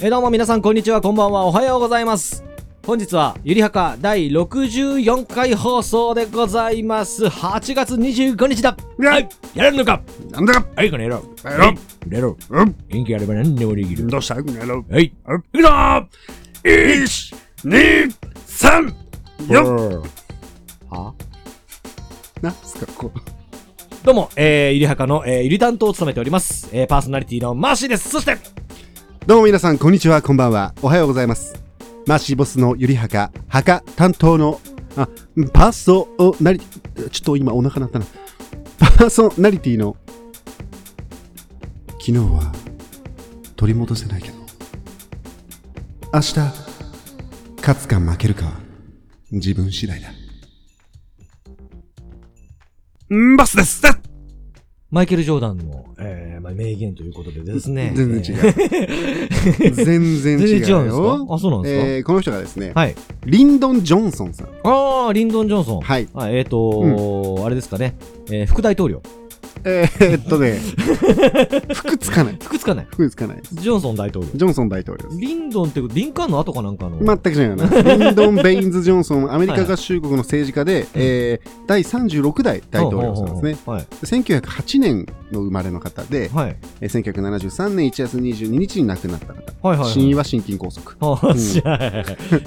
えーどうも皆さんこんにちはこんばんはおはようございます本日はゆりはか第64回放送でございます8月25日だはいやれるのかなんだはいこの野郎やろうやろううん元気あれば何でもできるどうしたやろうはい行くぞ一二三四はなんすかこうどうも、えー、ゆりはかの、えー、ゆり担当を務めております、えー、パーソナリティのマーシーですそしてどうも皆さんこんにちはこんばんはおはようございますマーシーボスのゆりはかはか担当のあパーソナリちょっと今お腹鳴ったなパーソナリティの昨日は取り戻せないけど明日勝つか負けるかは自分次第だんバスですだマイケル・ジョーダンの、えーまあ、名言ということでですね全然 違う全然違全然違うんうですよかあそうなんですかえーこの人がですね、はいリンドン・ジョンソンさんああリンドン・ジョンソンはいあえっ、ー、とーあれですかね、えー、副大統領えー、っ とね服つかない服つかない服つかないジョンソン大統領ジョンソン大統領です。リンドンってリンカーンの後かなんかの、全く違うよな。リンドン・ベインズ・ジョンソン、アメリカ合衆国の政治家で、はいはいえー第36代大統領さんですね。ほうほうほう1908年の生まれの方で、はいはいえー1973年1月22日に亡くなった方。はいはいはい死因は心筋梗塞。あー知らないえへー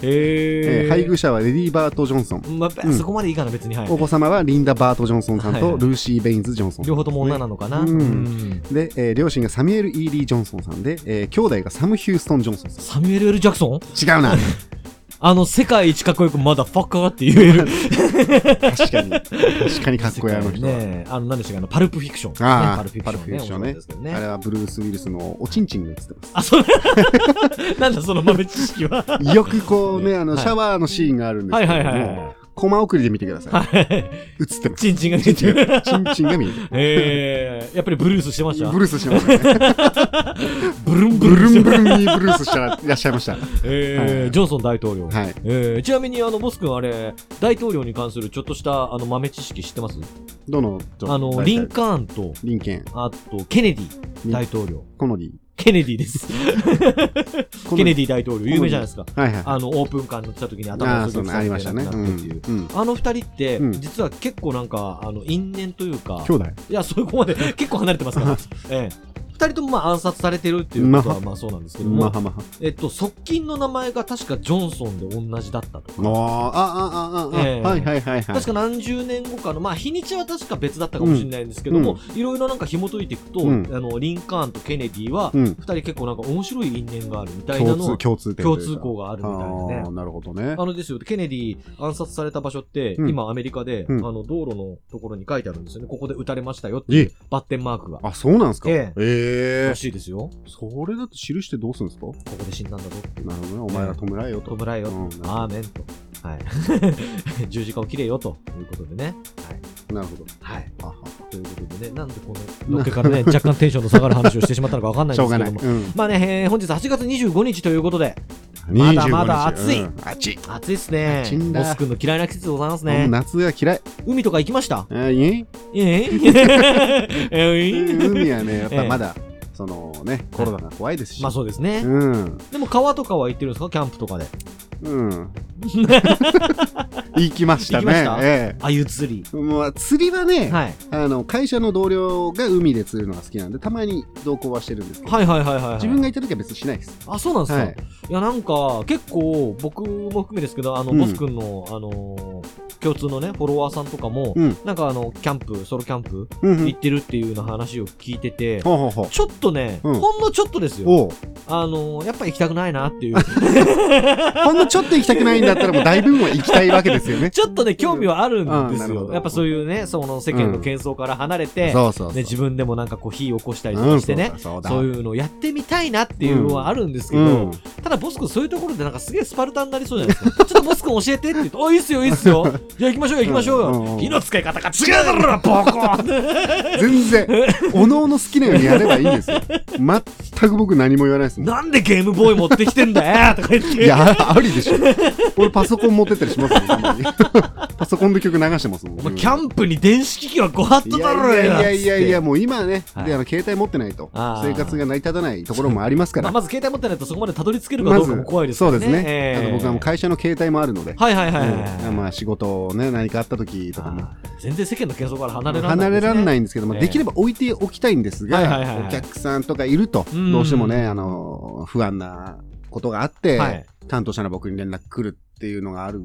え配偶者はレディー・バート・ジョンソン。まあ、うんそこまでいいかな別にはいお子様はリンダ・バート・ジョンソンさんはいはといルーシー・ベインズ・ジョンソンさん両方とも女なのかな、うんうんで、えー両親がサミュエル・イーリー・ジョンソンさんで、えー兄弟がサム・ヒューストン・ジョンソンさサミュエル・ L ・ジャクソンん。違 うな。あの世界一かっこよくまだファッカーって言える確かに。確かにかっこいいあの人は。ねあの何でしたっけあのパルプフィクションああねパルプフィクションね面白いパルプフィクションねですけどあれはブルース・ウィルスのおちんちんが映ってます。あ、そう、 なんだその豆知識 は。よくこうね、あの、はいシャワーのシーンがあるんですはいけども、はいはコマ送りで見てください。いはい。映ってま す。チンチンが出てる。チンチンが見える。えー、やっぱりブルースしてましたブルースしてましたね。ブルンブルンブルンにブルースしてらっしゃいました。はえー、ジョンソン大統領。い。えー、ちなみにあのボス君あれ大統領に関するちょっとしたあの豆知識知ってますどの、あのリンカーンとリンケン、あとケネディ大統領コノリケネディですー。ケネデディ大統領有名じゃないですかィ。はいはい。あのオープンカー乗ってた時にあ頭あ、をすそぐくうね、さあれりてましたね。亡くう。なったっていうんうんあの二人って、うん実は結構なんか、あの、因縁というか、兄弟いや、そこ まで結構離れてますから、ええ。二人ともまあ暗殺されてるっていうことはまあそうなんですけども、マハマハ。えっと、側近の名前が確かジョンソンで同じだったと。あーあ、ああ、ああ、ええはいはいはいはい確。か何十年後かの、まあ日にちは確か別だったかもしれないんですけども、いろいろなんか紐解いていくと、うんあの、リンカーンとケネディは、うん。二人結構なんか面白い因縁があるみたいな共の通、共通点共というか。通項があるみたいなねあ。あ、なるほどね。あのですよ、ケネディ暗殺された場所って、うん今アメリカで、うんあの、道路のところに書いてあるんですよね。ここで撃たれましたよっていうえバッテンマークが。あ、そうなんですかえええら。しいですよ。それだって記してどうするんですかここで死んだんだぞ。なるほどね。お前ら弔えよと。弔えよと。うんアーメンと。はい。 十字架を切れよということでね。なるほど。はい。あはということでね、なんでこの、のっけからね、若干テンションの下がる話をしてしまったのかわかんないしんょでうすがけなどい。も。うん。まあね、えー本日8月25日ということで、ま25だまだ日暑いうん暑い。暑いっすね暑いん。だボス君の嫌いな季節でございますもうね。夏が嫌い。海とか行きましたあいい ええええ海はね、やっえぱえまだ、そのね、コロナが怖いです し。まあそうですね。うん。でも川とかは行ってるんですかキャンプとかで。 うん。行きました行きましたね。えあゆ釣り。え。まあ、釣りはね、はい。あの会社の同僚が海で釣るのが好きなんでたまに同行はしてるんですけど、はいはいはいはいはい。自分が行った時は別にしないです。あ、そうなんですか、はいい、やなんか結構僕も含めですけど、あの、うんボス君の、あのー共通のね、フォロワーさんとかも、うんなんかあの、キャンプ、ソロキャンプうんうん行ってるっていうような話を聞いてて、ほうほうほう。ちょっとね、うんほんのちょっとですよ。おうあのーやっぱ行きたくないなっていう。 ほんのちょっと行きたくないんだったらもう大分は行きたいわけですよね。ちょっとね、興味はあるんですうんなるほよ。どやっぱそういうね、その世間の喧騒から離れて、そうそうそう。ね、自分でもなんかこう火起こしたりとうかんしてね、そうだそうういうのをやってみたいなっていうのはあるんですけど、ん、 ただボス君そういうところでなんかすげえスパルタになりそうじゃないですか。ちょっとボス君教えてって言うと、おいいっすよいいっすよ。じゃあ行きましょうよ行きましょうよ、うんうんうん火の使い方が違違うだろ、ボコ全然、おのおの好きなようにやればいいんですよ。全く僕何も言わないですうもん。なんでゲームボーイ持ってきてんだよとか言っていや、ありでしょ。俺パソコン持ってったりしますもん、たまに パソコンで曲流してますもん。お前キャンプに電子機器はご法い度だろやいやいやいやいなんつってや、もう今はね、はいであの携帯持ってないとあー生活が成り立たないところもありますかまあら、まず携帯持ってないとそこまでたどり着けるかどうかも怖いですかそらねうですね、ええあと僕はもう会社の携帯もあるので、はいはいはい、うんまあ仕事をね、何かあった時とかもあー全然世間の喧騒から離れられない離んですれね、られないんですけども、ええできれば置いておきたいんですはいはいはいはがい、お客さんとかいると、うんどうしてもね、あの、不安なことがあってはい、担当者の僕に連絡来るっていうのがある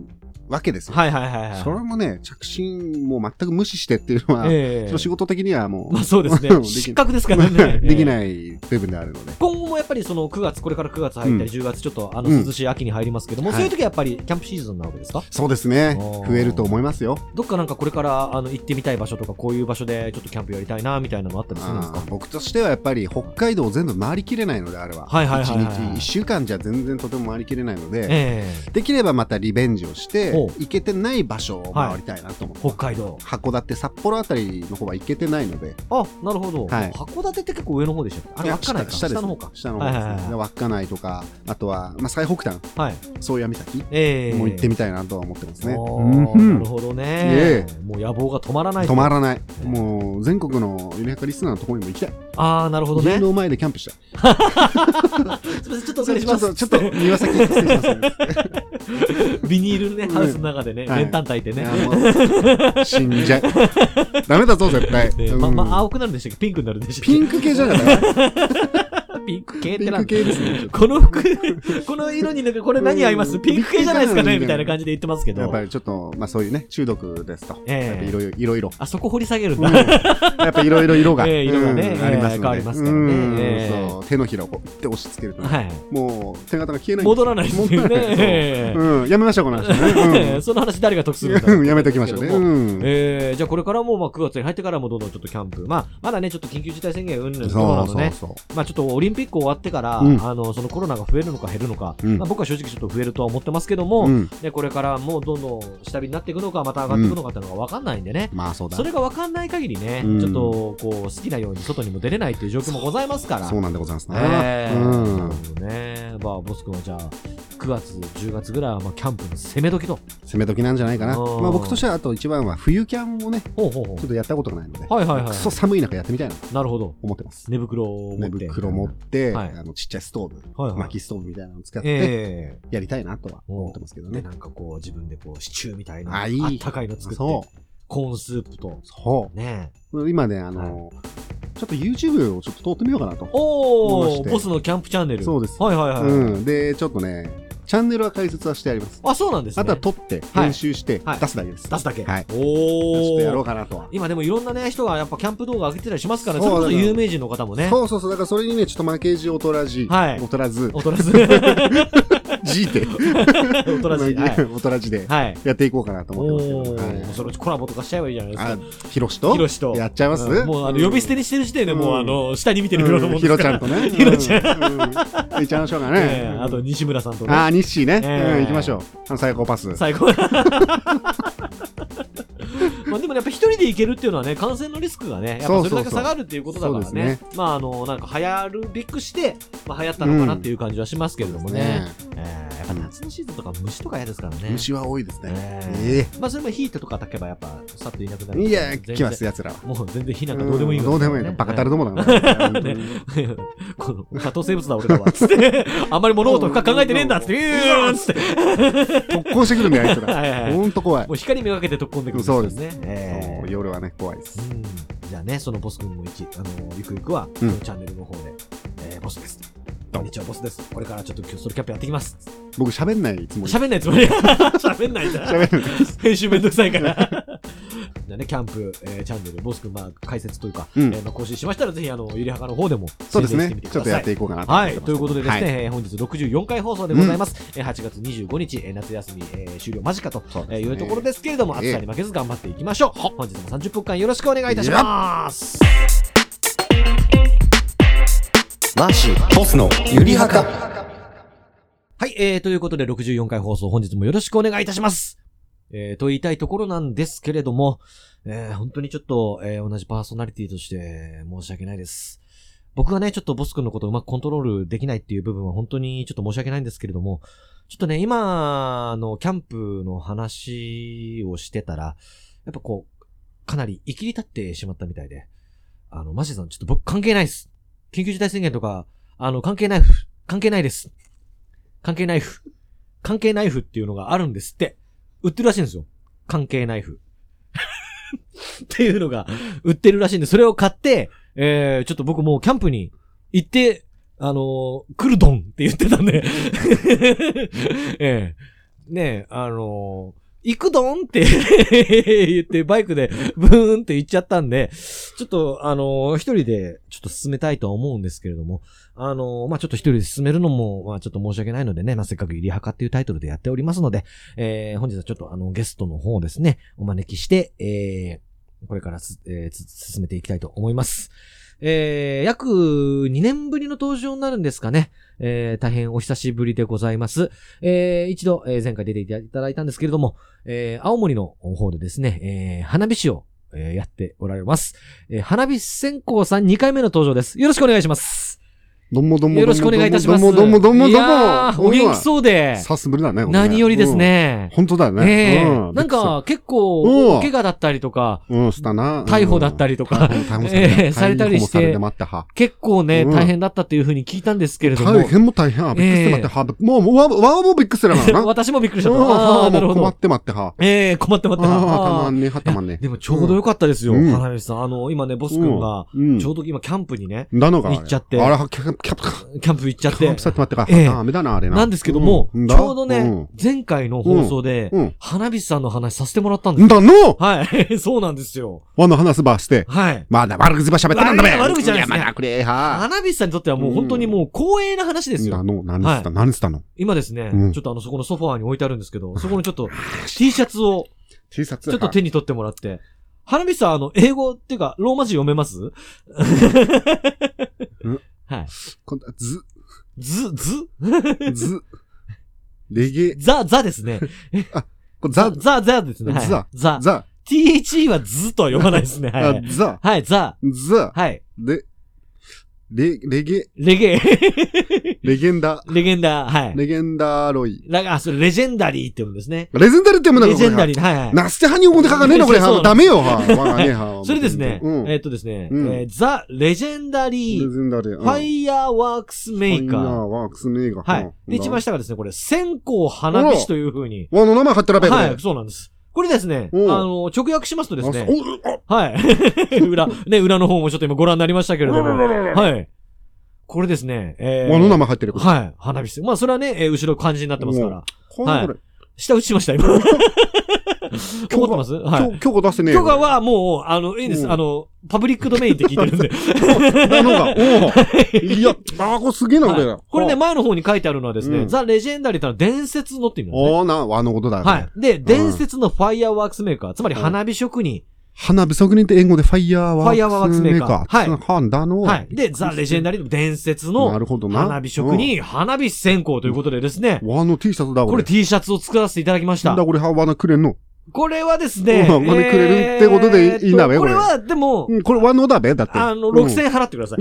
わけですよ。はいはいはいはいそれもね、着信もう全く無視してっていうのは、ええその仕事的にはもうまあ、そうですできなねい失格ですからね できいない部分であるので。今後もやっぱりその9月これから9月入ったり10月ちょっとあのうん涼しい秋に入りますけども、はいそういう時はやっぱりキャンプシーズンなわけですかそうですねお。ー増えると思いますよ。どっかなんかこれからあの行ってみたい場所とかこういう場所でちょっとキャンプやりたいなみたいなのあったりするんですあかー僕としてはやっぱり北海道を全部回りきれないのであれば、はいはいはいはい1日1週間じゃ全然とても回りきれないので、えできればまたリベンジをしてほう行けてない場所を回りたいなと思っえて、北海道函館札幌あたりの方は行けてないのであなるほど、はい函館って結構上の方でしょあれ稚内か下下ですの方か下の方ですはいはいはいねで稚内とかあとは、まあ、最北端はい宗谷岬ええも行ってみたいなとは思ってますね、おうんーふんなるほどねえ、もう野望が止まらない止まらないええもう全国のゆりはかリスナーのところにも行きたいああなるほど家ねの前でキャンプしたいすいませんちょっとおちょ借りしまっすとちょっと庭先失礼しますねビニールねハウスの中でねはい練炭炊いていねやもう死ん じゃうダメだぞ絶対、ねうんま、ま、青くなるんでしたっけピンクになるんでしたっけピンク系じゃなかったねピンク系っピてンなんクだ系ですねちょっとこの服、この色になんかこれ何合いますうんピンク系じゃないですかねみピンク系じゃないたいな感じで言ってますけやっどぱ。りちょっと、まあ、そういうね中毒ですと、ええやっぱいろいろいろいろあそこ掘り下げるんうんだ。やっぱいろいろ色が、ええ色がねうんええありますので変わりますからねうんええそう手のひらをこうって押し付けるとね、はい。もう手形が消えない戻らないですよね戻らないええ そううん、やめましょうこの話 ね、その話誰が得するんだうろんう、うんやめときましょうね、うんえー、じゃあこれからもまあ9月に入ってからもどんどんちょっとキャンプ、まあ、まだね、ちょっと緊急事態宣言うんぬんとかなのね、そうまあ、ちょっとオリンピック終わってから、うんあのそのコロナが増えるのか減るのか、うんまあ、僕は正直ちょっと増えるとは思ってますけども、うん、ね、これからもうどんどん下火になっていくのか、また上がっていくのかっていうのが分かんないんでね、まあそうだそれが分かんない限りね、うんちょっとこう好きなように外にも出れないっていう状況もございますから。そうなんでございますね、ええうなんる、ほどね。まあ、ボス君はじゃあ、9月、10月ぐらいは、まあ、キャンプの攻め時と。攻め時なんじゃないかな、うんまあ、僕としてはあと一番は冬キャンをねほうほうほちょっとやったことがないので、う。はいはいはくそい。寒い中やってみたいなとなるほど。思ってます寝袋を持寝って。袋持って、はいあのちっちゃいストーブ、はいはい薪ストーブみたいなのを使ってええやりたいなとは思ってますけどで、ね。なんかこう、自分でこう、シチューみたいな、あいいあったかいの作って、そコう。ーンスープと、そねえ。う。今ね、あの、ちょっと YouTube をちょっと通ってみようかなと。回おしー、てボスのキャンプチャンネル。そうですはいはいはい。うん。で、ちょっとね、チャンネルは解説はしてあります。あ、そうなんですね。あとは撮って、はい編集してはい、出すだけです。出すだけ。はい。ちおょー。っとやろうかなとは。今でもいろんなね人がやっぱキャンプ動画上げてたりしますからねそそうれこそ有名人の方もねそうそうそう。だからそれにね、ちょっと負けじ劣らじ、はい劣らず、 劣らず劣じいて、らずはい、劣らじではい、やっていこうかなと思っておますけどー、はいそれうちコラボとかしちゃえばいいじゃないですあか、ひろしとひろしとやっちゃいますうんもうあの呼び捨てににしてる時点でもう、うんあの下に見てるようなもんひでろすちかゃんらとね。ひろちゃんうん。うん行っちゃいましょうかええね。あと西村さんとねああ、日誌ね。ええうん、行きましょう。あの、最高パス。最高まあでもやっぱ一人で行けるっていうのはね感染のリスクがねやっぱそれだけ下がるっていうことだからねそうそうそうそうまああのなんか流行るべくして、まあ、流行ったのかなっていう感じはしますけれどもね,、ええやっぱ夏のシーズンとか虫とか嫌ですからね虫は多いですね。えええまあそれもヒートとか焚けばやっぱさっといなくなえ。るいや、全然来ます、奴らは。もう全然火なんかどうでもいいんわどうけでだもからいいねの。バカたるどもだからね。うんこの多頭生物だ俺らはつってあんまり物事を深く考えてねえんだっつってうーんっつって特攻してくるんだよ、あいつはいはいはら。いほんと怖いも。う光めがけて突っ込んでくるんそうですねえそうえ夜はね、怖いです。うんじゃあねそのボス君も一あのゆくゆくはこうんのチャンネルの方でえーボスですこんにちはボスですこれからちょっと今日ソロキャンプやってきます僕喋んないつもり。喋んないつもり 喋んないじゃん喋る。編集めんどくさいから。じゃあね、キャンプ、えーチャンネル、ボス君、まあ、解説というか、うんえーまあ、更新しましたら、ぜひ、あの、ゆりはかの方でも、そうです宣ね伝してみて。くちょだっとさやっていこうかな思はってい、ますということでですね、はいえー本日64回放送でございます。えー8月25日、えー夏休み、えー終了間近と、そうですえねーいうところですけれども、ええ暑さに負けず頑張っていきましょう。本日も30分間よろしくお願いいたします。マーシー、ボスのゆりはか。はい、えー、ということで64回放送、本日もよろしくお願いいたします。えーと言いたいところなんですけれども、えー本当にちょっと、えー同じパーソナリティとして申し訳ないです。僕がね、ちょっとボス君のことをうまくコントロールできないっていう部分は本当にちょっと申し訳ないんですけれども、ちょっとね、今のキャンプの話をしてたら、やっぱこう、かなり生きり立ってしまったみたいで、あの、マシさん、ちょっと僕関係ないっす。緊急事態宣言とか、あの、関係ないふ、関係ないです。関係ないふ、関係ないふっていうのがあるんですって。売ってるらしいんですよ。関係ナイフ。っていうのが売ってるらしいんで、それを買って、えー、ちょっと僕もうキャンプに行って、あのー、クルドンって言ってたんで、 ええねえ、あのー行くどんって 言って、バイクでブーンって行っちゃったんで、ちょっと、あのー一人でちょっと進めたいとは思うんですけれども、あのーまあ、ちょっと一人で進めるのも、まあ、ちょっと申し訳ないのでね、まあ、せっかく入りはかっていうタイトルでやっておりますので、えー本日はちょっとあのゲストの方をですね、お招きして、えーこれからす、えーつ進めていきたいと思います。えー約2年ぶりの登場になるんですかね。えー大変お久しぶりでございます。えー一度、えー前回出ていただいたんですけれども、えー青森の方でですね、えー花火師を、えーやっておられます。えー花火線香さん2回目の登場です。よろしくお願いします。どうもどうもどうも。よろしくお願いいたします。どうもどうもどうもどうも。いやーお元気そうで。久しぶりだね。俺ね何よりです。ねうん。本当だよえねえ。うなん、か結う構、んお怪我だったりとか、うん、したな。うん逮捕だったりとか逮捕逮捕ええされたりして逮捕もされて待っては。結構ね、うん大変だったっていうふうに聞いたんですけれども。大変も大変。あびっくりして待っては。もうもう、わわわもびっく りしてるからな。うん私もびっくりしちゃった。あああ、あ、なるもほう困っど。て待っては。ええ困ってあ待ってあ、たまあんね、はたまんねー。でもちょうどよかったですよ、うん花火さん。あの、今ね、ボス君が、うんちょうど今キャンプにね、うんだのが。行っちゃってあれは、キャキャプキャプキャンプ行っちゃっキャてンプ。サイト待ってかええら。ダメだな、あれな。なんですけども、んちょうどね、。ん前回の放送で、うん花火さんの話させてもらったんですんよ。だのはい、 そうなんですよ。わの話すばして。はい。まだ悪口ば喋ってなんだべ。悪口じゃないですねやまだくれは。花火さんにとってはもう本当にもう光栄な話ですよだ。の、何した、何したの今ですね、うんちょっとあの、そこのソファーに置いてあるんですけど、そこのちょっと T シャツ を ?T シャツちょっと手に取ってもらって、花火さん、あの、英語っていうか、ローマ字読めます はい。今度はず、ず、ずず、レゲエ、ザ、ザです ね。これザ、ザ、ザですね。はいザザ。ザ、 THE はずとは読まないですね。は あい。ザ、はい、ザ。ザ、はい。レ、レ、レゲ、レゲエ。 レゲンダ、レゲンダー。はい。レゲンダーロイ。なんか、あ、それ、レジェンダリーって読むんですね。レジェンダリーって読むんだレろ、こジェれンダリー。はいはい。ナステハニ語で書かねえの、これ。そうそうダメよ、は。わがねえ は。それですね、うん。えレーっとですね、うんえーザ・レジェンダリジーェンダリー。ファイヤーワークスメーカー。ワークスメーカー。はい。で、一番下がですね、これ、線香花火師という風に。わ、の名前入ってるべ、これ。はい、そうなんです。これですね、あおうの、直訳しますとですあね、そうおあはい。 裏、ね、裏の方もちょっと今ご覧になりましたけれどあらも、ららららはい。これですね、えーわの名前入ってる。これはい、花火師。まあ、それはね、えー後ろ漢字になってますから。これ、これ。下打ちしました、 今。思ってますはい。今日、今日出してねえよ。許可はもう、あの、いいでうす。んあの、パブリックドメインって聞いてるんで。なのが、おういや、あー、これすげえな、これ。はいこれね、前の方に書いてあるのはですね、うんザ・レジェンダリーってのは伝説のっていうのね。おーな、和のことだよ。は。い。で、伝説のファイヤーワークスメーカー、つまりうん花火職人。花火職人って英語でファイヤーワークスメーカー。ファイヤーワークスメーはんだの。はい。で、ザ・レジェンダリーの伝説のなるほどな。花火職人、花火線香ということでですね、うん。和の T シャツだ、これ俺。 T シャツを作らせていただきましなたんだ、。これ、は和のくれんの。これはですね、うんこれくれるってことでいいえーといいんだべここれれは、でも、うん、これ和のだべだって。あの、うん6000円払ってください。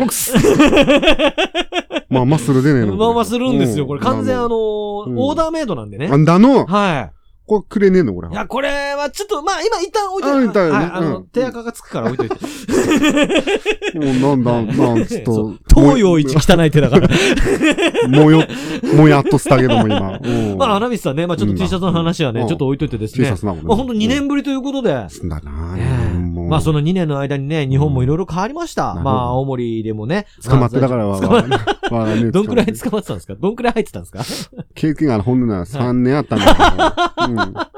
まあ、マッスルでねえの。まあまあするんですよ。これ完全あのー、うんオーダーメイドなんでねあ。んだの。はい。これくれねえの、これい。や、これはちょっと、まあ、今一旦置いとあい一て、旦ねはい、あの、うん手垢がつくから置いといて。うんなんだ、なんちょ っそとう。東洋一汚い手だ から。もよ、もやっとしたけども、 今。うんまあ、花道さんね、まあちょっと T シャツの話はね、うんちょっと置いといてです T シねャ。ツなもんね。まあ、ほんと2年ぶりということで。うん。だなねえもうまあその2年の間にね、日本もいろいろ変わりました。うんまあ青森でもね。捕まってだからは、捕まっわ ねどんくらい捕まって捕まってたんですかどんくらい入ってたん ですか経験がある本なら3年あったんだ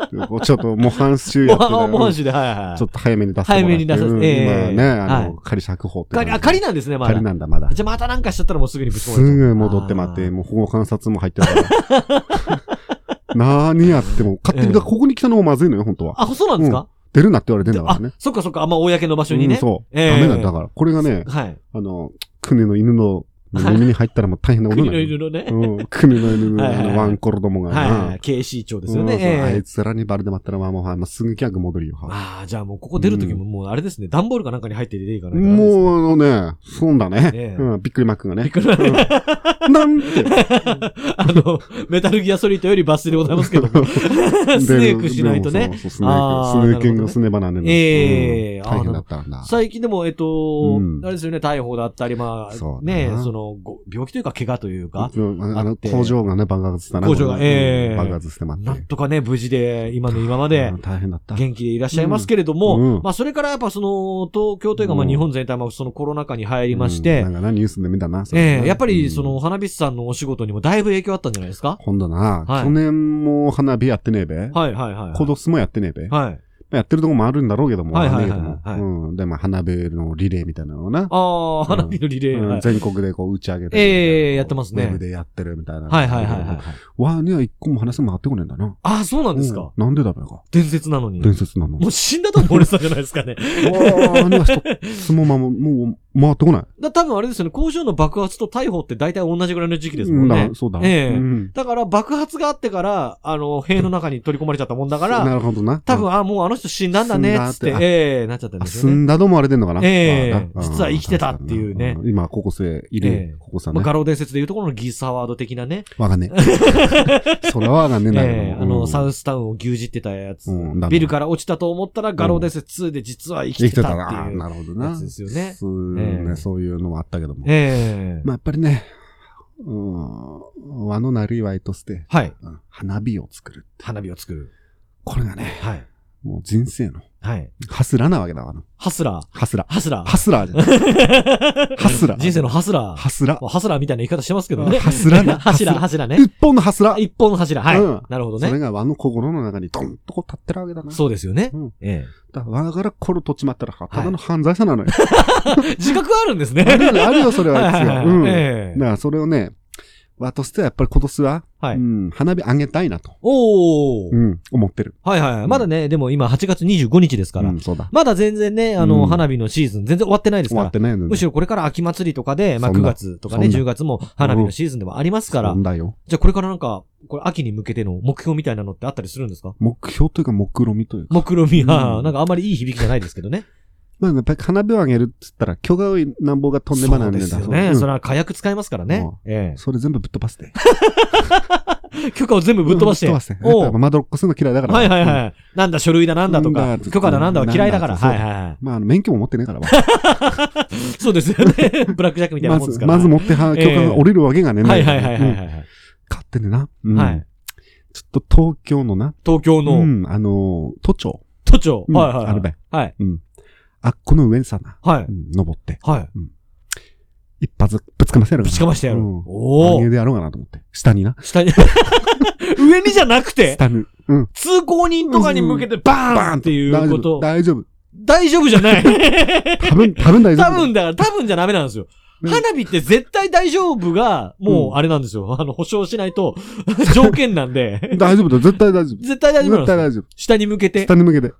けど、うん、ちょっと模範集模やってた 範、模範よ師で、はいはいはい。ちょっと早めに出してもらって。早めに出させてうんええ今ね、あの、は仮釈放っていうの仮が。あ、仮なんですね、まだ仮。なんだ、まだ。じゃあまたなんかしちゃったらもうすぐにぶち込すまれちゃうぐ戻って待って、もう保護観察も入って るから。何やっても、勝手に、だからここに来たのもまずいのよ、本当は。あ、そうなんですか、出るなって言われてんだからねあ。、そっかそっか、あんま公の場所にうんね。そう。ええダメなんだだから。これがね、はい。あの、クネの犬の、耳に入ったらもう大変なこと国になの る。犬のね。うん、国の犬 のはいあはいはいのワンコロどもがな。はいはい。KC 長ですようんそうあね。えいえつらにバレてまったら、まあもうはいまあ、すぐギャグ戻るよ。ああ、じゃあもうここ出るときももうあれですね。段ボールかなんかに入って出ていかないから。う。もう、あのね、損だね。ええうん、びっくりマークがね。うんなんて。あの、 メタルギアソリッドよりバスでございますけ ども。 スネークしないとねで。もそうそうスネあーーク。スネークなるほどがねスネバなんでね。ええうあんー大変だったんだ。最近でも、えっと、うんあれですよね、逮捕だったり、まそあ、うだなね、その、ご病気というか怪我というか、うんああの、って工場がね、爆発したな。工場がうんええ爆発してまって。なんとかね、無事で、今の今までうん、大変だった。元気でいらっしゃいますけれども、うんうんまあ、それからやっぱその、東京というか、まあ、うん日本全体もそのコロナ禍に入りまして、うんなんかなニュースで見たな。それええねやっぱりそ、うの、ん花火師さんのお仕事にもだいぶ影響あったんじゃないですかほんだな、はい去年も花火やってねえべ。はいはいはい。コドスもやってねえべ。はい。やってるとこもあるんだろうけども、はいはいはいわかんねえけどもはうん。で、まあ、花火のリレーみたいなのをな。ああ、花火のリレー。うんはい全国でこう打ち上げてみたいな。ええやってますねウェブでやってるみたいな。はいはいはいはい。わあには一個も話も回ってこねえんだな。ああ、そうなんですか。うんなんでだべか。伝説なのに。伝説なの。もう死んだと思われてたじゃないですかね。わあには一 つもまも、もう回ってこない。だ多分あれですよね、工場の爆発と逮捕って大体同じぐらいの時期ですもうんんねだ。そうだ。ええうんだから爆発があってから、あの、塀の中に取り込まれちゃったもんだから、なるほどな。多分、あ、もうあの人死んだんだね、つって、死んだってあええなっちゃったんあ、ですすよね。んだともわれてんのかな。ええまあな実は生きてたっていうね。んん今、ここ生、いええる、ここさまあ、ね。画廊伝説でいうところのギース・ハワード的なね、わかんね え。それはわかんねえんだえけえど。あの、サウススタウンを牛耳ってたやつ、うんだねビルから落ちたと思ったら、画廊伝説2で実は生き生きててたたってな。あいうなるほどやな。つですよね。そうええねそういうのもあったけども。ええまあ、やっぱりね、うん、和のなりわいとして、はい。うん花火を作る。花火を作る。これがね、はい。もう人生の、はい。ハスラーなわけだわな。ハスラー。ハスラー。ハスラー。ハスラーじゃな い。ハスラー。人生のハスラー。ハスラまー。あハスラーみたいな言い方してますけどね。ハスラ な。柱、ハス柱ラね。一本のハスラー。一本の柱。はい。うんなるほどそれね。が和の心の中にドンとこう立ってるわけだな。そうですよね。うんえだから和からこれとっちまったら、ただの犯罪者なのよ。え。自覚あるんですね。あるよ、あるよ、それはあいつよ。うん。だええからそれをね、和としてはやっぱり今年は、はうい。ん、花火あげたいなと、おおう。ん、思ってる。はいはいはうい。んまだね、でも今8月25日ですからう。ん、そうだ。まだ全然ね、あの、うん花火のシーズン全然終わってないです終かわっら。てないのに。むしろこれから秋祭りとかで、まあそ9んな月とかね、そんな10月も花火のシーズンでもありますからそ。んだよ。じゃあこれからなんか、これ秋に向けての目標みたいなのってあったりするんですか目標というか、目論みというか。目論みは、うんなんかあんまりいい響きじゃないですけどね。まあ、やっぱり花火をあげるって言ったら、巨がなんぼが飛んでばなんねんだそうですよね。うんそれは火薬使いますからね。えそれ全部ぶっ飛ばして。え。許可を全部ぶっ飛ばして。ぶっ飛ばして。おうやっぱまどろっこするの嫌いだから。はいはいい。はい。なんだ書類だなんだとなかん、だ許可だなんだは嫌いだから。なんだはいはいはまあ、あの免許も持ってねえからわ。い。そうですよね。ブラックジャックみたいなまもんですず、から。まず持っては、ええ許可が降りるわけがねえんはだいよはいはいはいうんはい。勝手にな。うんはい。ちょっと東京のな。東京うのん、あのー、都庁。都庁。うんはいはいはあるいべ。はい。うん。あっこの上にさな。はいうん、登って。はい。一発ぶつかませやろうぶな。ちかましてやる。うんお上おげ。でやろうかなと思って。下にな。下に。 上にじゃなくて、下に。うん。通行人とかに向けてバーンっていうこと。大丈夫。大丈夫じゃない。多分、多分大丈夫。多分だから、多分じゃダメなんですよ。うん花火って絶対大丈夫が、もうあれなんですよ。あ の、保証しないと、条件なんで、大丈夫だよ。絶対大丈夫。絶対大丈夫なんです絶対よ。大丈夫。下に向けて下。に向 けて。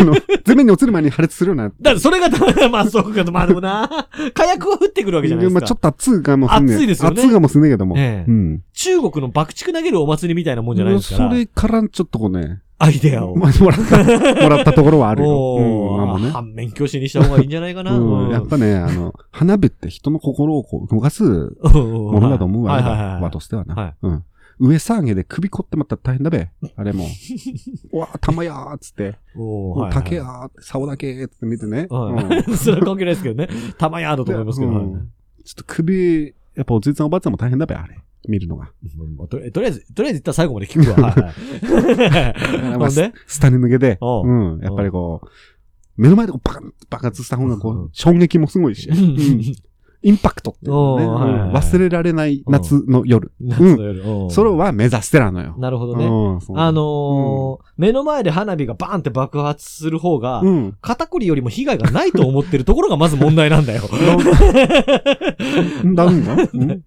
あの、前面に落ちる前に破裂するような。だってそれがダメだ。ま あ、そうか、まあでも な。火薬は降ってくるわけじゃないですまか。あちょっと熱いかもすんね。熱いですよね熱いかもすんねんけども。ええうん。中国の爆竹投げるお祭りみたいなもんじゃないですかそら。れからちょっとこうね、アイデアを。ま あもらった、もらったところはあるよ。おうん、まあーもうね。反面教師にした方がいいんじゃないかな。うん、やっぱね、あの、花火って人の心をこう動かすもものだと思うわ、はいはいはいはいわとしてはな。はいうん。上下げで首凝ってまったら大変だべ。あれも。うわ、玉やーっつって。おーはいはい竹やーって、竿だけーっつって見てね。うんはい。 それは関係ないですけどね。たまやーだと思いますけど。うはいんちょっと首、やっぱおじいちゃんおばあちゃんも大変だべ、あれ。見る のが。まあとりとりあえず、とりあえず一旦最後まで聞くわ。はいはい ほんで下に向けて、おううん。やっぱりこう、目の前でこうバカン、爆発した方がこうんう、衝撃もすごいし、うんインパクトっていうのね、おうはいはいうん忘れられない夏の夜。夏 の夜。おうそれは目指してらんのよ。なるほどね。うんそうあのー、目の前で花火がバーンって爆発する方が う、ん。肩こりよりも被害がない と思ってるところがまず問題なんだよ。だんだん、うん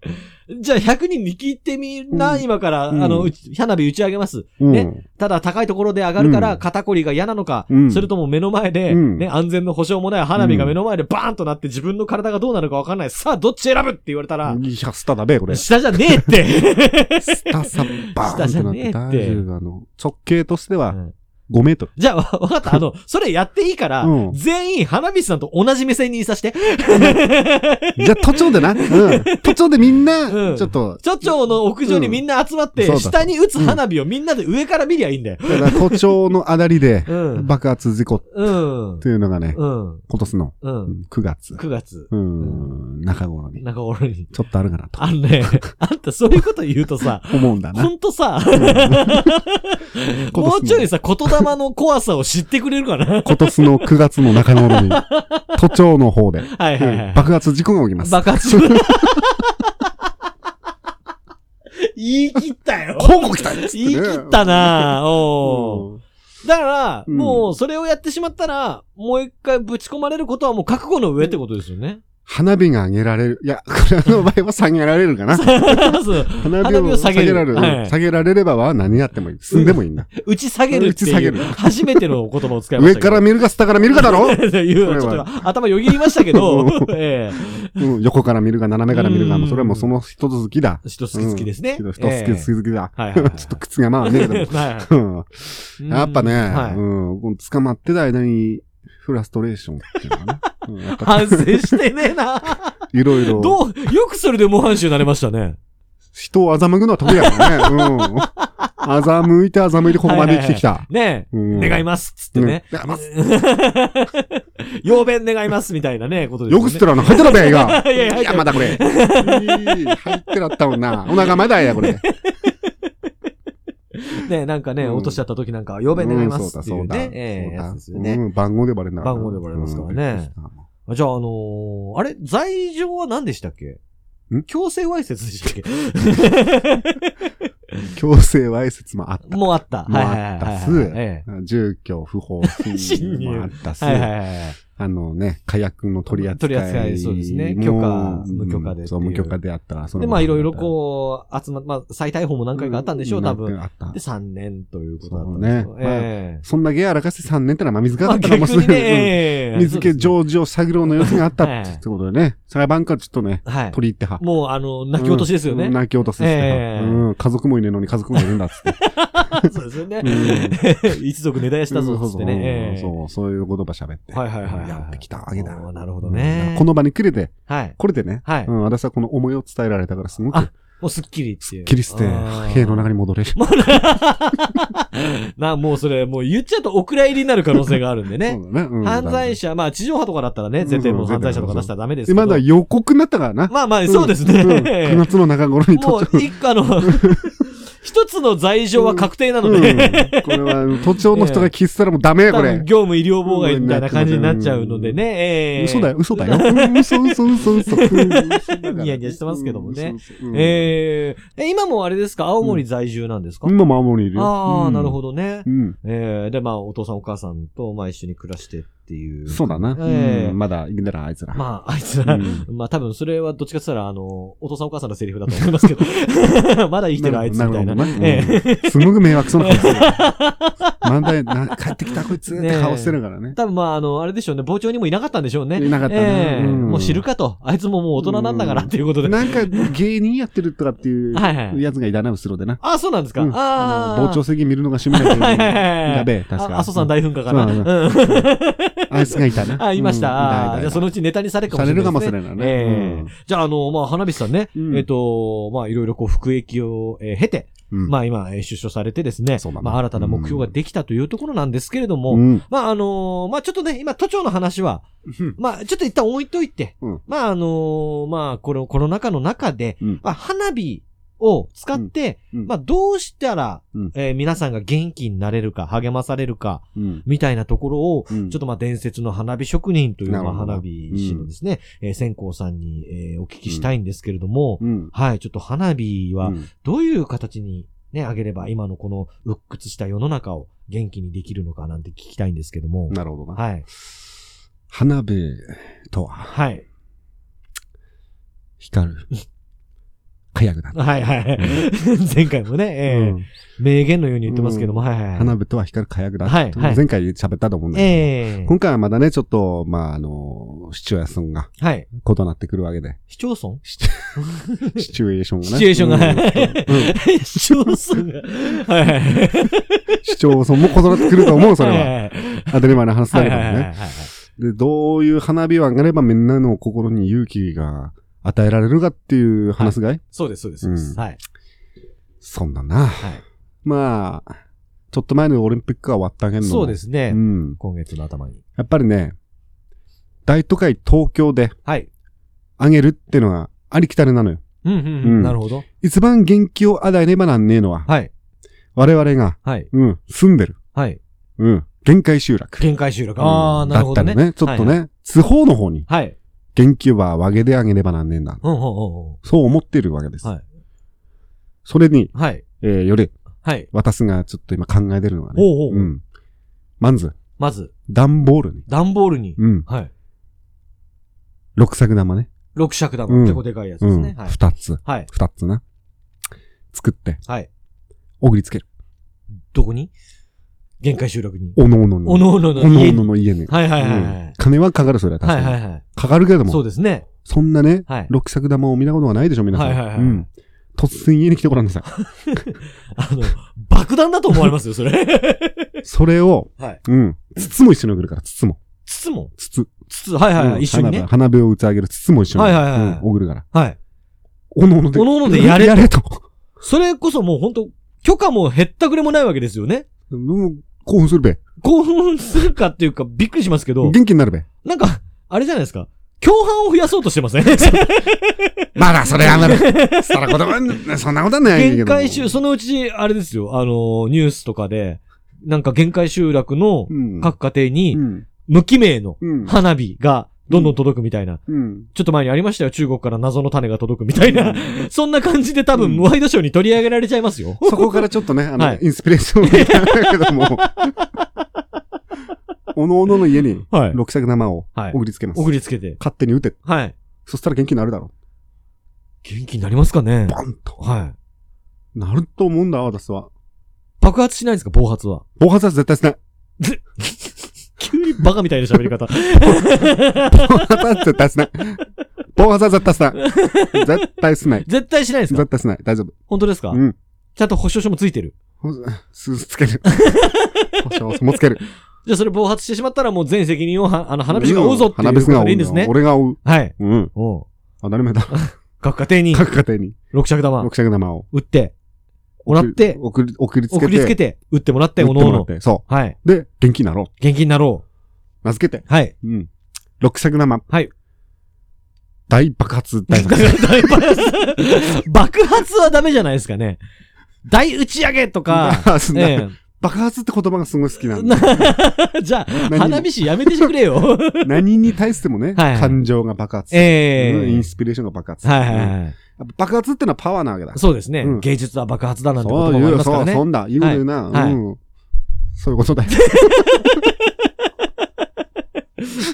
じゃあ100人に聞いてみな、うん今から、うんあの、うち花火打ち上げます。うんねただ高いところで上がるかうらん肩こりが嫌なのか、うんそれとも目の前で、うんね、安全の保証もない花火が目の前でバーンとなって自分の体がどうなるかわかんない。さあ、どっち選ぶって言われたら、いや、スタだべ、こ れ。ス下じゃねえ って。タさ、バ下ーンってなって、体じゃねえって重があの、直径としてうはん5メートル。じゃあ、わわかった。あの、それやっていいから、うん全員花火師さんと同じ目線にいさして、じゃあ、都庁でな。うん。都庁でみんうな、んちょっと、ちょちょの屋上にみんな集まって、うんそうだ下に打つ花火をみんなで上から見りゃいいんだよ。だから都庁のあだりでうん。爆発事故っうん。ていうのがね、うん。今年のううんん。 9月。 9月。うん、中頃に。なんか俺に。ちょっとあるかなとあんね、 あんたそういうこと言うとさ、思うんだほな。んとさ、もうちょいさ、言霊の怖さを知ってくれるかな今年の9月の中 頃に、都庁の方で、はいはいはうんい。爆発事故が起きます。爆発。 言い切ったよ。今後来たいっつって言いね切ったなぁ。おううんだから、うんもうそれをやってしまったら、もう一回ぶち込まれることはもう覚悟の上ってことですよね。花火が上げられる。いや、これの場合は下げられるかな。そう花花火を下げるられる。はい下げられればは何やってもいい。進んでもいいんだ。打ち下げるって打ち下げいるう、初めてのお言葉を使いまし上たけかど。ら見るか下から見るか だろ、っていう、ちょっと頭よぎりましたけど、えうん、横から見るか斜めから見るかも、それはもうその人続きだ。え人好き好きですね。人好き好きだ。はいはい ちょはいっと口が回んねえけ ど。はいはうんいやっぱね、はいうん、この捕まってた間に、フラストレーションっていうのか な。うんやっぱ反省してねえな。いろいろ、どう、よくそれで模範囚になれましたね。人を欺くのは得意やからね。うん。 欺いて欺いてここまで生きてきた。ねえ、うん願いますっつってね。うん願います 要弁願いますみたいなね、ことですよよね。く知ってるの、入ってたべ、映画。 いやいや入ってるいや、まだこれ。いい入ってらったもんな。お腹まだや、これ。ね、なんかね、うん落としちゃった時なんか、要弁願いまうんすっていそううだ、ね、ええそうやだつですそようだ。うね。ん番号でバレるんだ番号でバレますからねうんびっくりしたじゃあ、あのーあれ罪状は何でしたっけん強制わいせつでしたっけ 強制わいせつもあった。もうあった。はいはいはいもうあったっすはい。え住居不法侵入も あったし、えはいはいはいはい。あのね、火薬の取り扱い。取り扱いそうですね許可無許可でっていうそう、無許可であった。そので、まあ、いろいろこう、集まっ、まあ、再逮捕も何回かあったんでしょう、多分。。あったで、3年ということだったんですよそうねええそんだけやらかして3年ってのは、まあ、水がまああ、ったらもう逆すぐにね、うん水気上常時を探ろうの様子があったはいってことでね、裁判官ちょっとね、はい。取り入っては。もう、あの、泣き落としですようねん。泣き落としですねええうん、家族もいねえのに家族もいるんだっつ って。そうですよねう。 一族根絶やしたぞっつってね。うんそうそううんそう、そういう言葉喋って。はいはいはいはいやってきたわけだ。おーなるほどねうんこの場に来れて、はい。これでね、はいうん私はこの思いを伝えられたから、すごあく、もうすっきりっていう。切り捨て、あー塀の中に戻れる。な、もうそれ、もう言っちゃうとお蔵入りになる可能性があるんでね。そうだね。うん犯罪者、まあ地上波とかだったらね、絶対もう犯罪者とか出したらダメですけど。今だ予告になったからな。まあまあ、そうですうんね9。月の中頃にも都う庁、一個あの、 一つの罪状は確定なのうんで、 これは都庁の人が聞いてたらもうダメや、多こ分れ。業務医療妨害みたいな感じになっちゃうのでね。ええ嘘だよ、嘘だよ。うん嘘、嘘、嘘、嘘。うん嘘だからニヤニヤしてますけどもね。うん嘘嘘う んえーえ、今もあれですか青森在住なんですか、今も青森にいるよ。ああ、なるほど。どね。うん。えーで、まあ、お父さんお母さんと、まあ、一緒に暮らしてっていう。そうだな。ええうんまだいるならあいつら。まあ、あいつら、うんまあ、多分それはどっちかって言ったら、あの、お父さんお母さんのセリフだと思いますけど、 まだ生きてるあいつみたいな。るほどええうんすごく迷惑そうな顔してる。漫才、な帰ってきたこいつって顔してるからね。多分まあ、あの、あれでしょうね、傍聴にもいなかったんでしょうね。いなかったえねえうんもう知るかと。あいつももう大人なんだからうんっていうことで。なんか芸人やってるとかっていうはいはいやつがいたな、後ろでな。あ、そうなんですか。うんああのあ。傍聴席見るのが趣味だけど、はいはいはいはいやべえ、確か。あ、阿蘇山大噴火かそうな。うん。あいつがいた な。あ、いました。あーうんいたいたいたじゃあ、そのうちネタにされるかもさしれれないですねるかもし。れないね。ええ じゃあ、あの、まあ、花火師さんね、うんえっ、と、まあ、いろいろこう、服役を、えー経て、うんまあ、今、えー出所されてですね、そうだねまあ、新たな目標ができたというところなんですけれども、うんまあ、あのーまあ、ちょっとね、今、都庁の話は、まあ、ちょっと一旦置いといて、うんまあ、あのーまあ、この、コロナ禍の中で、うんまあ、花火を使って、うんうんまあ、どうしたら、うんえー皆さんが元気になれるか、励まされるか、うんみたいなところを、うんちょっとまあ伝説の花火職人というなまるほあど花火師のですね、えー線香さんに、えーお聞きしたいんですけれども、うん。はい、ちょっと花火はうんどういう形にね、あげれば今のこの鬱屈した世の中を元気にできるのかなんて聞きたいんですけども、なるほどな。はい、花火とは、はい、光る。かやくなった。はいはい。前回もね、えーうん名言のように言ってますけども、はいはい。花火とは光る火薬だって。はいはい前回喋ったと思うんだけど、ええ今回はまだね、ちょっと、まあ、あの、シチュエーションがはい。異なってくるわけ で。市町村シチュエーションがね。シチュエーションが。うん 市町村が。はいはいはい。市町村も異なってくると思う、それは。は当たり前の話だいけどはいはいはいね。で、どういう花火を上がればみんなの心に勇気が与えられるかっていう話すがい、そうです、そうですそうでうんす。はい。そんだな。はい。まあ、ちょっと前のオリンピックが終わったけんの。そうで。すねう。ん。今月の頭に。やっぱりね、大都会東京ではい。上げるってのがありきたりなのよ。うんうんううんん。なるほど。一番元気を与えねばなんねえのは、はい。我々が、はい。うん、住んでる。はい。うん、限界集落。限界集落。ああ、なるほどだねった。らね、ちょっとはね、い地方の方にはい。元気は上げであげねばなんねえんだ。うんうんうんうん。そう思っているわけです。はいそれに、はい。えーより、はい。私がちょっと今考えてるのがね。おうおううん。まず、まず、段ボールに。段ボールに。うん。はい。六作玉ね。六尺う玉。ん結構でかいやつうですんね。。はい。二つ。はい。二つな。作って、はい。送りつける。どこに限界集落に。おのおのおの。のおののおの家おにの。の家に。はいはいはいはうん金はかかる、それは確い。はいかはに。いはい。かかるけれどそもう、ですね。そんなね、はい。六作玉を見たことがないでしょ、皆さん。はいはいはいうん。突然家に来てごら んなさい。あの、爆弾だと思われますよ、それ。それを、はいうん。筒も一緒に送るから、筒も。筒も。筒。筒、はいはいはうんい。一緒にね花火。花火を打ち上げる筒も一緒に。はいはいはいはいうん送るから。はい。おのおので。おのおのでやれ やれと。それこそもう本当許可もへったくれもないわけですよね。もう興奮するべ。興奮するかっていうか、びっくりしますけど、元気にな るべ。なんか、あれじゃないですか。共犯を増やそうとしてませんまだそれやめる。そんなことは、そんなことはないけど。限界集、そのうち、あれですよ、あの、ニュースとかで、なんか限界集落のうん。各家庭うにん。無記名のうん。花火がどんどん届くみたいな。うん。ちょっと前にありましたよ、中国から謎の種が届くみたいな。そんな感じで多うん分、ワイドショーに取り上げられちゃいますよ。そこからちょっとね、あはの、いインスピレーションを受けたんだ けども。 おのおのの家に、はい。六尺生をはい送りつけます。送りつけて。勝手に打て。はい。そしたら元気になるだろ元気になりますかねう。バンと。はい。なると思うんだ、私は。爆発しないんですか暴発は。暴発は絶対しない。急にバカみたいな喋り方。暴発は絶対しない。暴発は絶対しない。絶対しない。 絶対しないんですか絶対しない。大丈夫。本当ですかうん。ちゃんと保証書もついてる。ほすつける。保証もつける。じゃあそれ暴発してしまったらもう全責任をは、あの、花火師が負うぞっていう花こ火師がと追うでいいんですね。俺が追う。はい。うん。うん。当たり前だ。各家庭に各家庭に、六尺玉六尺玉を。打って、もらって、送り、送りつけて。送りつけて、打ってもらって、打おっのてもおらっの。て。そはい。う。で、元気になろ元気になろう。名付けて。う。はい。うん。六尺玉。はい。大爆発、大爆発。大爆発 爆発はダメじゃないですかね。大打ち上げと か。爆発えね爆発って言葉がすごい好きなん だ。え、じゃ何あ、花火師やめてくれ よ。何に対してもね、はいはい感情が爆発する。ええうんインスピレーションが爆発する。はいはいうんはい。やっぱ爆発ってのはパワーなわけだ。そうですね、うん芸術は爆発だなんて言そ葉うもあ言りうよ、ますかそらう、ね。そんだ。言うこと言うな。はいうん。そういうことだよ。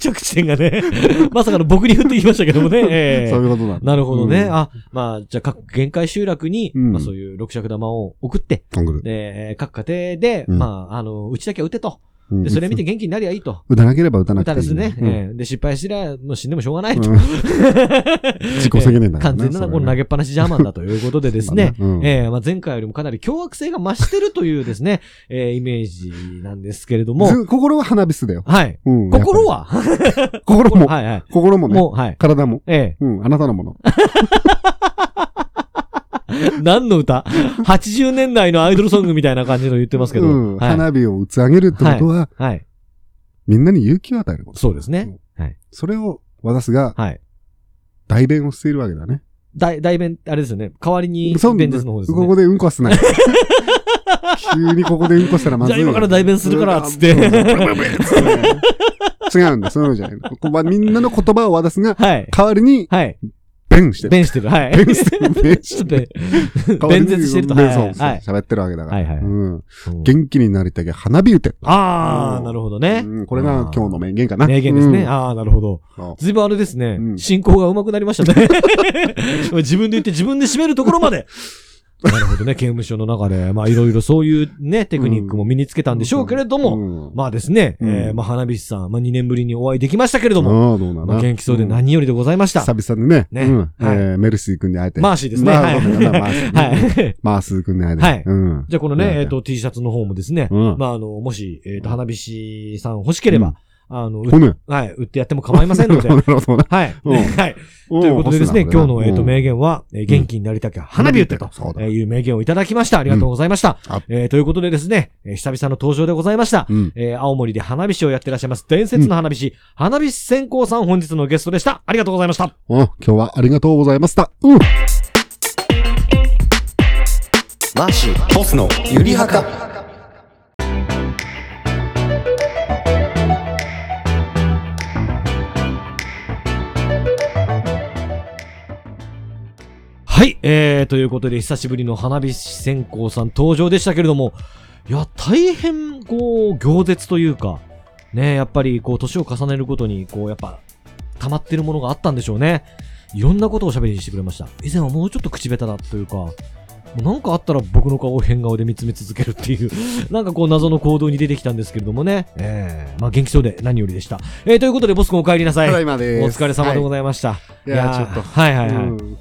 着地点がね、 まさかの僕に振ってきましたけどもね。ええそういうことだ。なるほどね。うんあ、まあ、じゃあ各限界集落に、うんまあそういう六尺玉を送って、トングル。で、えー各家庭で、うんまあ、あの、うちだけは打てと。うんで、それ見て元気になりゃいいと。打たなければ打たな打くていたでい。すね、うんええで、失敗したらもう死んでもしょうが ないと。うん自己責任ええだからね完全なそれはね。この投げっぱなしジャーマンだということでですね うんええまあ、前回よりもかなり凶悪性が増してるというですね、ええイメージなんですけれども、ず心は花火すだよ。はい。うん心やっは ぱり心も、はいはい。心もねも、う、はい。体も。え うん、あなたのもの。え。何の歌 ?80 年代のアイドルソングみたいな感じの言ってますけど。うんはい。花火を打ち上げるってことは、はい。みんなに勇気を与えること。そうですね。それを、私がはい。代弁をしているわけだね。大、大弁、あれですよね。代わりにそう、弁舌の方ですこねこ。でうんこはすない。急にここでうんこしたらまずい。じゃあ今から代弁するからっつってうんそうそうブルブルブルっつって違うんだ、そういうのじゃないの。ここはみんなの言葉を私がはい。代わりにはい。弁してる。弁してる。はい。 弁してる。弁ちしょってと ね弁る。舌してると弁はいそうそうはい喋ってるわけだから。はいはいはいううんん元気になりたけ花火打て。あうー、んなるほどね。うんこれが今日の名言かな。名言ですね。うんああ、なるほど。そうずいぶんあれですね。うん進行が上手くなりま したね。自分で言って自分で締めるところまで。なるほどね。刑務所の中で、まあいろいろそういうね、テクニックも身につけたんでしょうけれども、うんまあですね、うんえーまあ花火師さん、まあ2年ぶりにお会いできましたけれども、ああ、どうなまあの元気そうで何よりでございました。久々にね、ねうんはいえーメルシー君に会えて。マーシーですね。まあはい。ごめんなマーシーね はい。マースー君に会えて。はいうんじゃあこのね、うんえっ、と T シャツの方もですね、うんまああの、もし、えっ、と、花火師さん欲しければ、あの、うほね。はい、売ってやっても構いませんので な、るほどな。はい。う んはい。ということでですね、今日の、えー、と名言。言は、えー元気になりたきゃ花火打ってと、そうだえーいう名言をいただきました。ありがとうございました。うんあえーということでですね、えー久々の登場でございました。うん。えー青森で花火師をやってらっしゃいます、伝説の花火師、花火師専攻さん本日のゲストでした。ありがとうございました。うん今日はありがとうございました。うマん。ーシーボスのゆりはかはい、えー、ということで、久しぶりの花火師専攻さん登場でしたけれども、いや、大変、こう、行絶というか、ね、やっぱり、こう、年を重ねるごとに、こう、やっぱ、溜まってるものがあったんでしょうね。いろんなことをおしゃべりにしてくれました。以前はもうちょっと口下手だというか、もうなんかあったら僕の顔を変顔で見つめ続けるっていう、 なんかこう謎の行動に出てきたんですけれどもね。ええまあ元気そうで何よりでした。えー、ということで、ボス君お帰りなさい。ただおいまで疲れ様でございざいました。いやーちょっとはいはいはい。うん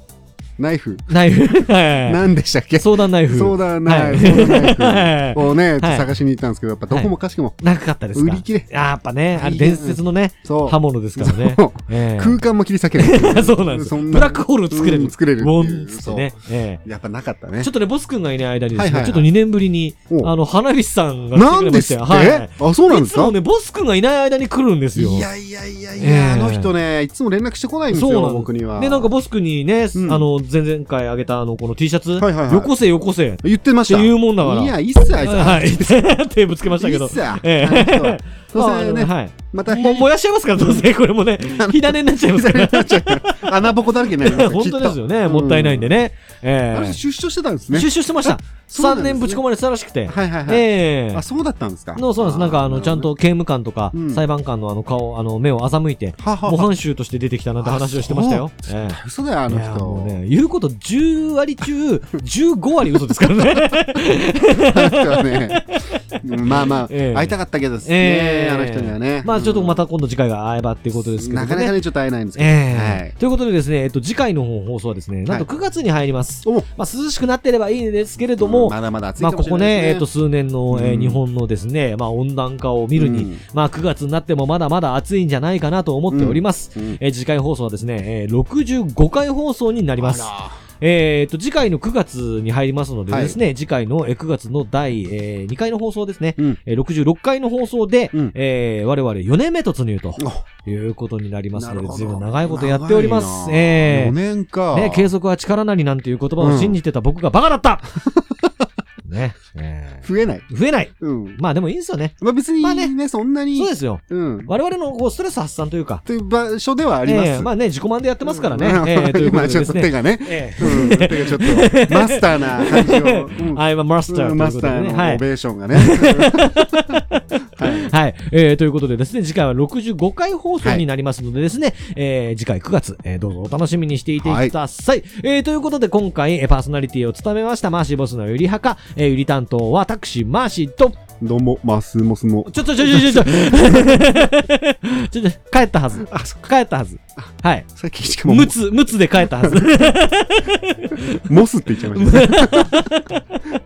ナイフ。ナイフ。はい何でしたっ け相談ナイフ。そうだな。はいいそうだはないい。をね、はい探しに行ったんですけど、やっぱどこもかしくも、なかったです売かり切れ。あーやっぱね、あれいや伝説のね、そう。刃物ですからね。そうええ空間も切り裂け る。そうなんですそよ。んブラックホールを作れうるん。作れるウっていうォンっつってね。えやっぱなかったえねちょ。っとね、ボス君がいない間にですはいはいね、はいちょっと2年ぶりに、おうあの、花火師さんが来てなくんれでましすたってよ。はい。あ、そうなんいですつもかね、ボス君がいない間に来るんですよ。いやいやいやいええや、あの人ね、いつも連絡してこないんですそうなんよ、です僕には。で、なんかボス君にね、うんあの、前々回あげたあの、この T シャツ、はいはいはいよこせよこせっ言ってましてた。いうもんだから。いや、いいっすよ、あいつ。はい。 手ぶつけましたいけいどっ。すよ。あええの 人はどうせまあね、はい。ま た、も燃やしちゃいますから、どうせ、これもね、火種になっちゃいますから。穴ぼこだらけになりますよ 本きっ当とですよね、もったいないんでね。うんえあえの人出所してたんですね。出所してました。そうなん3ですね年ぶち込まれてたらしくて。はいはいはい。ええあ、。そうだったんですか。のそうなんです。なんか、あの、ちゃんと刑務官とかうん裁判官のあの顔、あの、目を欺いて、あー、はは模は。範囚として出てきたなんて話をしてましたよ。ええ嘘だよ、あいのやもう人。ね、言うこと10割中、15割嘘ですから ね。あの人はね。うんまあまあ、 ええ会いたかったけどですえねえ、あの人にはね。まあちょっとまたた今度次回が会えばっていうことですけどなね。かなかね、ちょっと会えないんですけど。ええはいということでですね、えっと、次回の放送はですね、なんとは9月に入ります。おまあ、涼しくなってればいいんですけれども、まだまだ暑いまかあ、こもしれこないですね、えっと、数年の、えーうん日本のですね、まあ、温暖化を見るに、うんまあ、9月になってもまだまだ暑いんじゃないかなと思っております。うんうんえー次回放送はですね、えー65回放送になります。あえー、と、次回の9月に入りますのでですね、次回のえー9月の第、え2回の放送ですね、うんえー66回の放送で、うんえー我々4年目突入とらいうことになりますなのるで、ほずいぶどん長いことやっております。長いなえ4ー年か。ね、継続は力なりなんていう言葉を信じてた僕がバカだった ね、え増えない。ー増えないうん。まあでもいいんですよね。まあ別まあねにね、そんなに。そうですよ。うん。我々のこうストレス発散というか、という場所ではありまえーす。まあね、自己満でやってますからね。 うんえーということ今でちょでっすと手ね。がね。えうん手がちょっとマスターな感じを。うんー I'm a master うといんマうこスとタでーね。のはオい。ベーション がね。はいはい。えーということでですね、次回は65回放送になりますのでですね、えー次回9月、えーどうぞお楽しみにしていてください。えーということで今回、えーパーソナリティを務めました、マーシーボスのゆりはか、えーゆり担当はタクシーマーシーと、どうも、マスモスの。ちょちょちょちょち ょちょちょちょ、帰ったはず。帰ったはず。はい。さっきしかも、むつ、むつで帰ったはず。 モスって言っちゃいま した。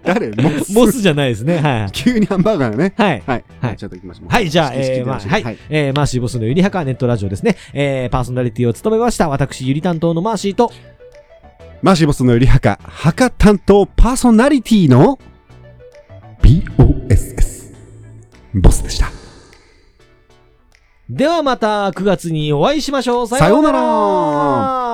誰モス。モスじゃないですね。 はい。急にハンバーガーがね。はい。はい。はいちょっと行きましょう。はい、じゃあ、式えー、式まあ、式はい、えー、マーシーボスのゆりはかネットラジオですね。えー、パーソナリティを務めました、私、ゆり担当のマーシーと、マシボスのよりはか、はか担当パーソナリティの BOSS。ボスでした。ではまた9月にお会いしましょう。さようなら